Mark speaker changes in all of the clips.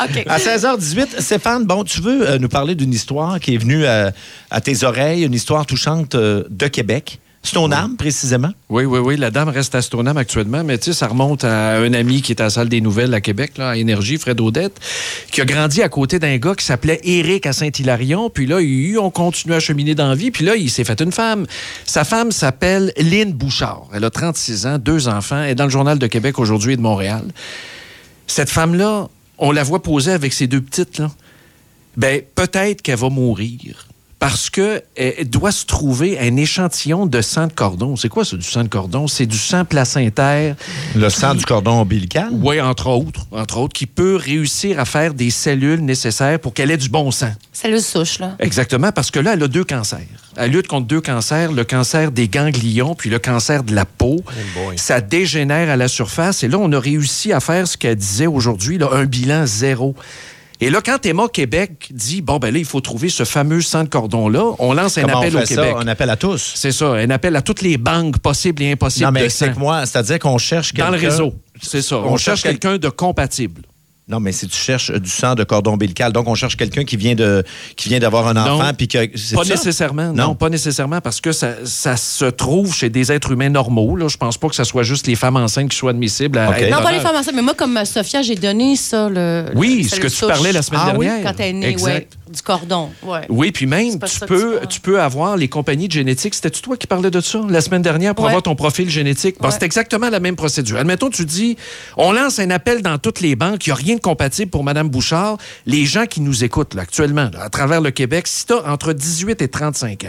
Speaker 1: OK.
Speaker 2: Ah,
Speaker 3: À 16h18, Stéphane, bon, tu veux euh, nous parler d'une histoire qui est venue euh, à tes oreilles, une histoire touchante euh, de Québec. Stoneham, précisément.
Speaker 2: Oui, oui, oui. La dame reste astronome actuellement, mais tu sais, ça remonte à un ami qui est à la salle des nouvelles à Québec, là, à Énergie, Fred Audette, qui a grandi à côté d'un gars qui s'appelait Éric à Saint-Hilarion. Puis là, ils ont continué à cheminer dans la vie. Puis là, il s'est fait une femme. Sa femme s'appelle Lynn Bouchard. Elle a 36 ans, deux enfants. Elle est dans le Journal de Québec aujourd'hui et de Montréal. Cette femme-là, on la voit poser avec ses deux petites, là. Ben, peut-être qu'elle va mourir parce que eh, elle doit se trouver un échantillon de sang de cordon. C'est quoi ça, du sang de cordon? C'est du sang placentaire.
Speaker 3: Le sang du cordon ombilical.
Speaker 2: Oui, entre autres, entre autres, qui peut réussir à faire des cellules nécessaires pour qu'elle ait du bon sang.
Speaker 1: Cellule souche, là.
Speaker 2: Exactement, parce que là, elle a deux cancers. Elle lutte contre deux cancers, le cancer des ganglions, puis le cancer de la peau.
Speaker 3: Oh
Speaker 4: boy.
Speaker 2: Ça dégénère à la surface. Et là, on a réussi à faire ce qu'elle disait aujourd'hui, là, un bilan zéro. Et là, quand Emma Québec dit, bon, ben là, il faut trouver ce fameux sang de cordon-là, on lance un
Speaker 3: Comment
Speaker 2: appel
Speaker 3: on
Speaker 2: au
Speaker 3: fait ça?
Speaker 2: Québec.
Speaker 3: On appelle à tous.
Speaker 2: C'est ça, un appel à toutes les banques possibles et impossibles
Speaker 3: Non, mais
Speaker 2: de sang.
Speaker 3: c'est que moi, c'est-à-dire qu'on cherche
Speaker 2: Dans
Speaker 3: quelqu'un...
Speaker 2: le réseau, c'est ça. On,
Speaker 3: On
Speaker 2: cherche
Speaker 3: cherche quel-
Speaker 2: quelqu'un de compatible.
Speaker 3: Non, mais si tu cherches euh, du sang de cordon ombilical, donc on cherche quelqu'un qui vient de qui vient d'avoir un
Speaker 2: Non.
Speaker 3: enfant, puis que c'est
Speaker 2: Pas
Speaker 3: ça?
Speaker 2: nécessairement, non.
Speaker 3: Non.
Speaker 2: pas nécessairement, parce que ça, ça se trouve chez des êtres humains normaux. Là. Je pense pas que ce soit juste les femmes enceintes qui soient admissibles à
Speaker 3: Ok.
Speaker 2: être
Speaker 1: Non,
Speaker 2: donneurs.
Speaker 1: pas les femmes enceintes, mais moi, comme euh, Sophia, j'ai donné ça, le.
Speaker 2: Oui,
Speaker 1: le
Speaker 2: ce
Speaker 1: cellule
Speaker 2: que tu
Speaker 1: souche.
Speaker 2: parlais la semaine
Speaker 3: Ah oui?
Speaker 2: dernière.
Speaker 1: Quand elle est née, ouais,
Speaker 2: Exact.
Speaker 1: du cordon. Ouais.
Speaker 2: Oui, puis même,
Speaker 1: C'est pas
Speaker 2: tu
Speaker 1: ça que
Speaker 2: peux,
Speaker 1: tu
Speaker 2: tu peux avoir les compagnies de génétique. C'était-tu toi qui parlais de ça hein, la semaine dernière pour
Speaker 1: Ouais.
Speaker 2: avoir ton profil génétique? Bon,
Speaker 1: Ouais.
Speaker 2: C'est exactement la même procédure. Admettons, tu dis, on lance un appel dans toutes les banques, il n'y a rien de compatible pour Mme Bouchard. Les gens qui nous écoutent là, actuellement, là, à travers le Québec, si tu as entre 18 et 35 ans,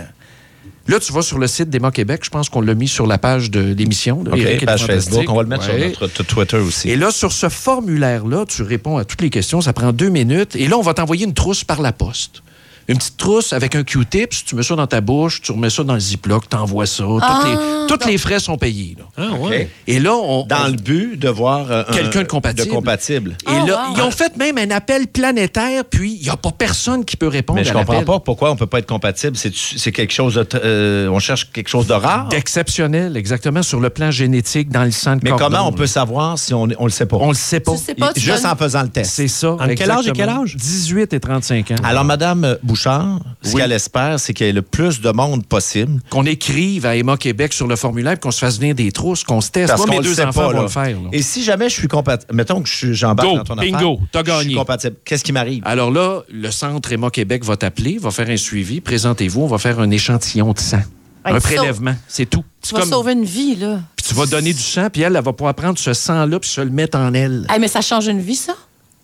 Speaker 2: Là, tu vas sur le site d'Emma Québec. Je pense qu'on l'a mis sur la page de l'émission. là,
Speaker 3: OK,
Speaker 2: Éric et le
Speaker 3: page Facebook,
Speaker 2: Fantastique.
Speaker 3: on va le mettre
Speaker 2: Ouais.
Speaker 3: sur notre t- Twitter aussi.
Speaker 2: Et là, sur ce formulaire-là, tu réponds à toutes les questions. Ça prend deux minutes. Et là, on va t'envoyer une trousse par la poste. Une petite trousse avec un Q-tips. Tu mets ça dans ta bouche, tu remets ça dans le Ziploc, t'envoies ça. Toutes,
Speaker 1: Ah,
Speaker 2: les, toutes
Speaker 1: donc-
Speaker 2: les frais sont payés. là.
Speaker 4: Ah,
Speaker 3: OK.
Speaker 4: ouais.
Speaker 2: Et là, on...
Speaker 3: Dans
Speaker 2: on-
Speaker 3: le but de voir euh, un-
Speaker 2: Quelqu'un de compatible.
Speaker 3: De compatible.
Speaker 2: Et
Speaker 1: Oh,
Speaker 2: là,
Speaker 1: wow.
Speaker 2: ils ont fait même un appel planétaire, puis il n'y a pas personne qui peut répondre
Speaker 3: Mais je
Speaker 2: à
Speaker 3: comprends
Speaker 2: l'appel.
Speaker 3: pas pourquoi on peut pas être compatible. C'est- C'est quelque chose de... t- euh, on cherche quelque chose de rare.
Speaker 2: D'exceptionnel, exactement, sur le plan génétique, dans le sang de
Speaker 3: Mais
Speaker 2: cordon,
Speaker 3: comment on
Speaker 2: là.
Speaker 3: peut savoir si on, on le sait pas?
Speaker 2: On le sait pas.
Speaker 1: Tu sais pas, tu
Speaker 3: Juste
Speaker 1: donnes-
Speaker 3: en faisant le test.
Speaker 2: C'est ça.
Speaker 4: Entre quel âge et quel
Speaker 2: exactement.
Speaker 4: âge?
Speaker 2: 18 et 35 ans.
Speaker 3: Alors, Madame Bouchard, ce qu'elle espère, c'est qu'il y ait le plus de monde possible.
Speaker 2: qu'on écrive à Emma Québec sur le formulaire, puis qu'on se fasse venir des trousses, qu'on se teste.
Speaker 3: Parce
Speaker 2: Moi,
Speaker 3: qu'on
Speaker 2: mes
Speaker 3: le
Speaker 2: deux
Speaker 3: sait
Speaker 2: enfants
Speaker 3: pas,
Speaker 2: vont
Speaker 3: là.
Speaker 2: le faire. là.
Speaker 3: Et si jamais je suis compatible, mettons que je suis- j'embarque
Speaker 2: Go,
Speaker 3: dans ton
Speaker 2: bingo,
Speaker 3: affaire,
Speaker 2: t'as
Speaker 3: Je
Speaker 2: gagné. Ah,
Speaker 3: suis compatible. Qu'est-ce qui m'arrive?
Speaker 2: Alors là, le centre Emma Québec va t'appeler, va faire un suivi, présentez-vous, on va faire un échantillon de sang.
Speaker 1: Hey,
Speaker 2: un
Speaker 1: tu sauves-
Speaker 2: prélèvement, c'est tout.
Speaker 1: Tu
Speaker 2: C'est
Speaker 1: vas
Speaker 2: comme-
Speaker 1: sauver une vie, là.
Speaker 2: Puis tu vas donner du sang, puis elle, elle va pouvoir prendre ce sang-là, puis se le mettre en elle.
Speaker 1: Hey, mais ça change une vie, ça?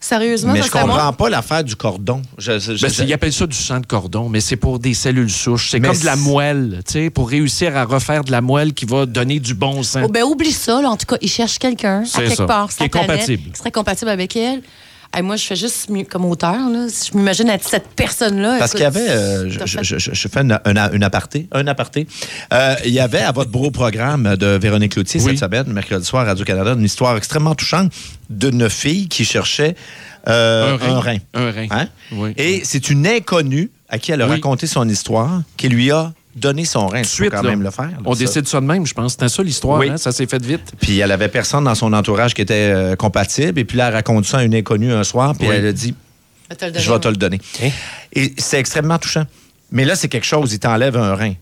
Speaker 1: Sérieusement,
Speaker 3: Mais
Speaker 1: ça,
Speaker 3: je
Speaker 1: c'est à moi?
Speaker 3: comprends pas l'affaire du cordon. Je, je- je-
Speaker 2: Ben, c'est- ils appellent ça du sang de cordon, mais c'est pour des cellules souches. C'est
Speaker 3: Mais
Speaker 2: comme de la
Speaker 3: c'est-
Speaker 2: moelle, tu sais, pour réussir à refaire de la moelle qui va donner du bon sang.
Speaker 1: Oh, ben, oublie ça, là. En tout cas, il cherche quelqu'un, à
Speaker 2: C'est
Speaker 1: quelque
Speaker 2: ça.
Speaker 1: part,
Speaker 2: Qui est
Speaker 1: sa planète,
Speaker 2: compatible.
Speaker 1: qui serait compatible avec elle. Hey, moi, je fais juste mieux- comme auteur, là. Si Je m'imagine être cette personne-là.
Speaker 3: Parce
Speaker 1: écoute,
Speaker 3: qu'il y avait, euh, je,
Speaker 1: t'as
Speaker 3: je,
Speaker 1: fait-
Speaker 3: je- je- je fais une, une- une aparté, un aparté. Euh, il y avait à votre beau programme de Véronique Loutier
Speaker 2: Oui.
Speaker 3: cette semaine, mercredi soir, Radio-Canada, une histoire extrêmement touchante d'une fille qui cherchait euh,
Speaker 2: Un rein.
Speaker 3: un rein.
Speaker 2: Un rein.
Speaker 3: Hein?
Speaker 2: Oui.
Speaker 3: Et c'est une inconnue à qui elle a
Speaker 2: Oui.
Speaker 3: raconté son histoire, qui lui a donné son rein. Il faut quand
Speaker 2: là,
Speaker 3: même le faire. là,
Speaker 2: on
Speaker 3: ça.
Speaker 2: décide ça de même, je pense. C'était ça l'histoire,
Speaker 3: Oui.
Speaker 2: hein? ça s'est fait vite.
Speaker 3: Puis elle avait personne dans son entourage qui était euh, compatible. Et puis là, elle raconte ça à une inconnue un soir. Puis
Speaker 2: Oui.
Speaker 3: elle a dit,
Speaker 1: Je vais te le donner,
Speaker 3: je vais te
Speaker 1: moi.
Speaker 3: le donner.
Speaker 4: Hein?
Speaker 3: Et c'est extrêmement touchant. Mais là, c'est quelque chose. Il t'enlève un rein.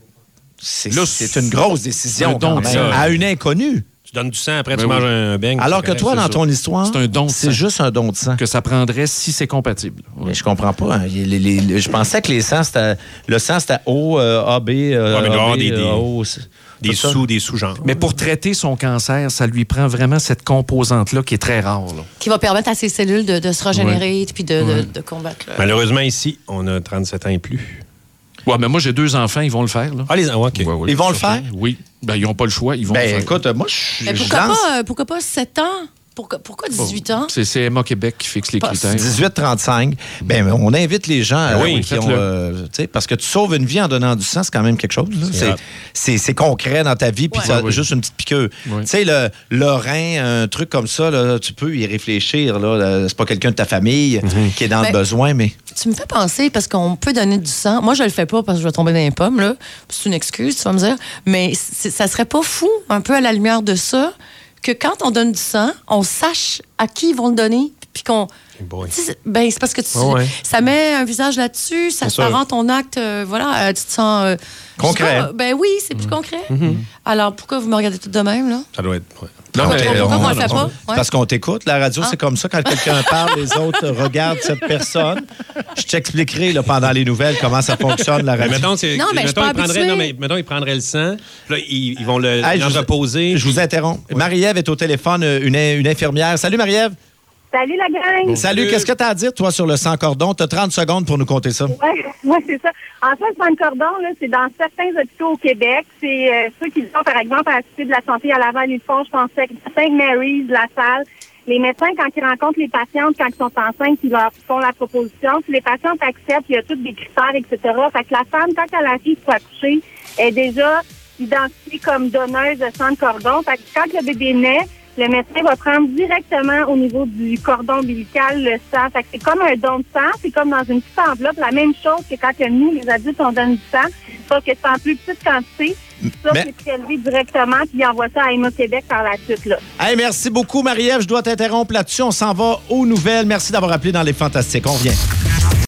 Speaker 3: C'est
Speaker 2: Là,
Speaker 3: c'est une grosse décision
Speaker 2: un don
Speaker 3: quand
Speaker 2: de
Speaker 3: même.
Speaker 2: sang.
Speaker 3: à une inconnue.
Speaker 4: Tu donnes du sang, après
Speaker 2: Ben
Speaker 4: tu
Speaker 2: oui.
Speaker 4: manges un beigne.
Speaker 3: Alors que
Speaker 4: Oh, c'est
Speaker 3: toi,
Speaker 4: correct,
Speaker 3: dans
Speaker 4: c'est
Speaker 3: ton histoire,
Speaker 2: C'est un don de sang.
Speaker 3: c'est juste un don de sang.
Speaker 2: Que ça prendrait si c'est compatible.
Speaker 3: Mais je comprends pas. hein. Les- les- les- je pensais que les sangs, c'était- le sang, c'était O, euh, AB, euh,
Speaker 4: Ouais, mais il doit y avoir
Speaker 3: AB,
Speaker 4: des- des-
Speaker 3: euh, O, c'est-
Speaker 4: Des
Speaker 3: tout ça.
Speaker 4: sous, des sous-genres.
Speaker 2: Mais pour traiter son cancer, ça lui prend vraiment cette composante-là qui est très rare. là.
Speaker 1: Qui va permettre à ses cellules de, de se régénérer puis de, de- de combattre.
Speaker 2: Ben,
Speaker 1: le-
Speaker 4: Malheureusement, ici, on a 37 ans et plus.
Speaker 2: Ouais, mais moi, j'ai deux enfants, ils vont le faire. Là.
Speaker 4: Ah, les enfants, OK.
Speaker 2: Ouais, ouais,
Speaker 3: Ils vont le
Speaker 2: certain.
Speaker 3: faire?
Speaker 2: Oui. Ben, ils n'ont pas le choix, ils vont le
Speaker 3: Ben
Speaker 2: faire.
Speaker 3: écoute, moi, je
Speaker 1: Mais
Speaker 3: je
Speaker 1: pourquoi
Speaker 3: lance-
Speaker 1: pas, euh, pourquoi pas 7 ans? Pourquoi, pourquoi 18 ans?
Speaker 2: C'est CMA Québec qui fixe les
Speaker 1: Pas-
Speaker 2: critères.
Speaker 3: 18-35, ben, on invite les gens à-
Speaker 4: Ben oui,
Speaker 3: qui ont.
Speaker 2: faites-le.
Speaker 3: euh, tu sais, parce que tu sauves une vie en donnant du sang, c'est quand même quelque chose. là. C'est-
Speaker 4: grave.
Speaker 3: C'est c'est concret dans ta vie, puis
Speaker 1: Ouais.
Speaker 3: ça-
Speaker 2: Ouais, oui.
Speaker 3: juste une petite piqûre.
Speaker 2: Oui.
Speaker 3: Tu sais, le, le rein, un truc comme ça, là, tu peux y réfléchir. là. là. C'est pas quelqu'un de ta famille qui est dans
Speaker 1: Ben,
Speaker 3: le besoin, mais.
Speaker 1: Tu me fais penser parce qu'on peut donner du sang. Moi, je le fais pas parce que je vais tomber dans les pommes, là. C'est une excuse, tu vas me dire. Mais c'est- ça serait pas fou, un peu à la lumière de ça, que quand on donne du sang, on sache à qui ils vont le donner, puis qu'on
Speaker 4: boy.
Speaker 1: Tu sais, Ben, c'est parce que tu,
Speaker 4: Ouais, ouais.
Speaker 1: ça met un visage là-dessus, ça,
Speaker 4: C'est
Speaker 1: ça
Speaker 4: sûr.
Speaker 1: rend ton acte, euh, voilà, euh, tu te sens... euh, je sais
Speaker 3: Concret.
Speaker 1: pas, ben oui, c'est
Speaker 4: Mhm.
Speaker 1: plus concret. Alors, pourquoi vous me regardez tout de même, là?
Speaker 4: Ça doit être. ouais.
Speaker 3: Non,
Speaker 1: Pourquoi-
Speaker 3: mais
Speaker 1: pourquoi
Speaker 3: on-
Speaker 1: euh, on le fait
Speaker 3: on-
Speaker 1: pas? Ouais. Ah.
Speaker 3: Parce qu'on t'écoute. La radio, c'est comme ça. Quand quelqu'un parle, les autres regardent cette personne. Je t'expliquerai là, pendant les nouvelles comment ça fonctionne, la
Speaker 4: Mais
Speaker 3: radio.
Speaker 4: mettons, c'est-
Speaker 1: Non, mais je suis
Speaker 4: mettons,
Speaker 1: pas
Speaker 4: ils prendraient,
Speaker 1: habituée.
Speaker 4: non, mais mettons, ils prendraient le sang. puis Là, ils, ils vont le
Speaker 3: Hey, je
Speaker 4: l'en
Speaker 3: vous-
Speaker 4: reposer.
Speaker 3: Je vous interromps. Marie-Ève est au téléphone, euh, une, une infirmière. Salut, Marie-Ève.
Speaker 5: Salut la
Speaker 3: Salut,
Speaker 5: gang!
Speaker 4: Salut.
Speaker 3: qu'est-ce que tu as à dire, toi, sur le sans-cordon? Tu as 30 secondes pour nous compter ça.
Speaker 5: Ouais, ouais, c'est ça. En fait, le cordon, là, c'est dans certains hôpitaux au Québec. C'est euh, ceux qui le font, par exemple, à la Cité de la Santé à Laval, ils le font, je pense, St. Mary's, La Salle. Les médecins, quand ils rencontrent les patientes, quand ils sont enceintes, ils leur font la proposition. Si les patientes acceptent, il y a tous des critères, etc. Fait que la femme, quand elle arrive pour accoucher, est déjà identifiée comme donneuse de sang de cordon. Fait que quand le bébé naît, le médecin va prendre directement au niveau du cordon ombilical le sang. Fait que c'est comme un don de sang, c'est comme dans une petite enveloppe, la même chose que quand que nous, les adultes, on donne du sang, sauf que c'est en plus petite quantité. Ça,
Speaker 3: mais-
Speaker 5: c'est prélevé directement, puis il envoie ça à Emma Québec par la suite. Là.
Speaker 3: Hey, merci beaucoup, Marie-Ève. Je dois t'interrompre là-dessus. On s'en va aux nouvelles. Merci d'avoir appelé dans les Fantastiques. On revient.